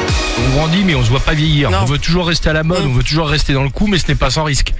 On grandit mais on se voit pas vieillir. On veut toujours rester à la mode, on veut toujours rester dans le coup, mais ce n'est pas sans risque.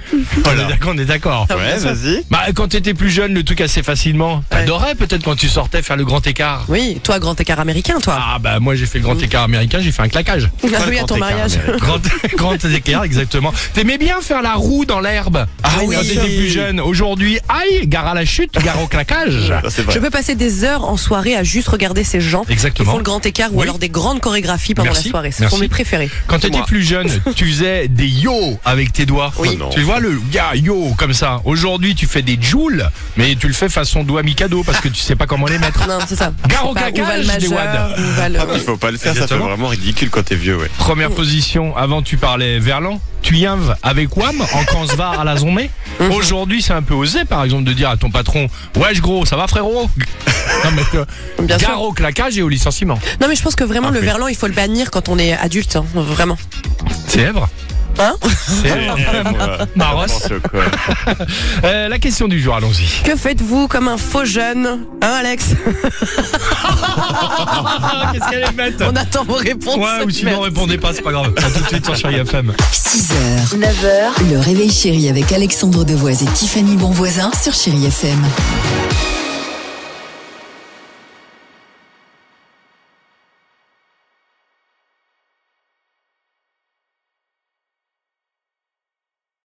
On est d'accord, on est d'accord. Ouais, vas-y. Bah quand t'étais plus jeune, le truc assez facilement. T'adorais peut-être quand tu sortais faire le grand écart. Oui, toi, grand écart américain, toi. Ah bah moi j'ai fait le grand écart américain, j'ai fait un claquage. Ah oui, à ton mariage. Grand, grand écart exactement. T'aimais bien faire la roue dans l'herbe. Ah oui. Quand t'étais plus jeune. Aujourd'hui, aïe, gare à la chute, gare au claquage. Ça, c'est Je vrai. peux passer des heures en soirée à juste regarder ces gens qui Exactement. font le grand écart ou Oui. alors des grandes chorégraphies pendant Merci, la soirée. Ce merci. sont mes préférés. Quand t'étais Moi. plus jeune, tu faisais des yo avec tes doigts. Oui. Oh non. Tu vois le ya yo comme ça. Aujourd'hui, tu fais des joules, mais tu le fais façon doigt Mikado parce que tu sais pas comment les mettre. Non, c'est ça. Gare C'est au pas claquage, où va le des wads. majeur, où va le- Ah non, il faut pas le faire, ça fait Exactement. vraiment ridicule quand t'es vieux, ouais. Première position, avant tu parlais Verlan, tu yinves avec Wam en Kansvar à la Zomé. Aujourd'hui, c'est un peu osé par exemple de dire à ton patron "Wesh gros, ça va frérot Non mais euh, Bien sûr. gare au claquage et au licenciement. Non, mais je pense que vraiment, le oui. verlan, il faut le bannir quand on est adulte. hein, Vraiment. C'est Èvre Hein C'est Èvre. Ah, Maros. Euh, la question du jour, allons-y. Que faites-vous comme un faux jeune Hein, Alex Qu'est-ce qu'elle est bête On attend vos réponses. Ouais, ou sinon Merci. répondez pas, c'est pas grave. À tout de suite sur Chérie FM. 6h, 9h, le réveil chéri avec Alexandre Devoise et Tiffany Bonvoisin sur Chérie FM.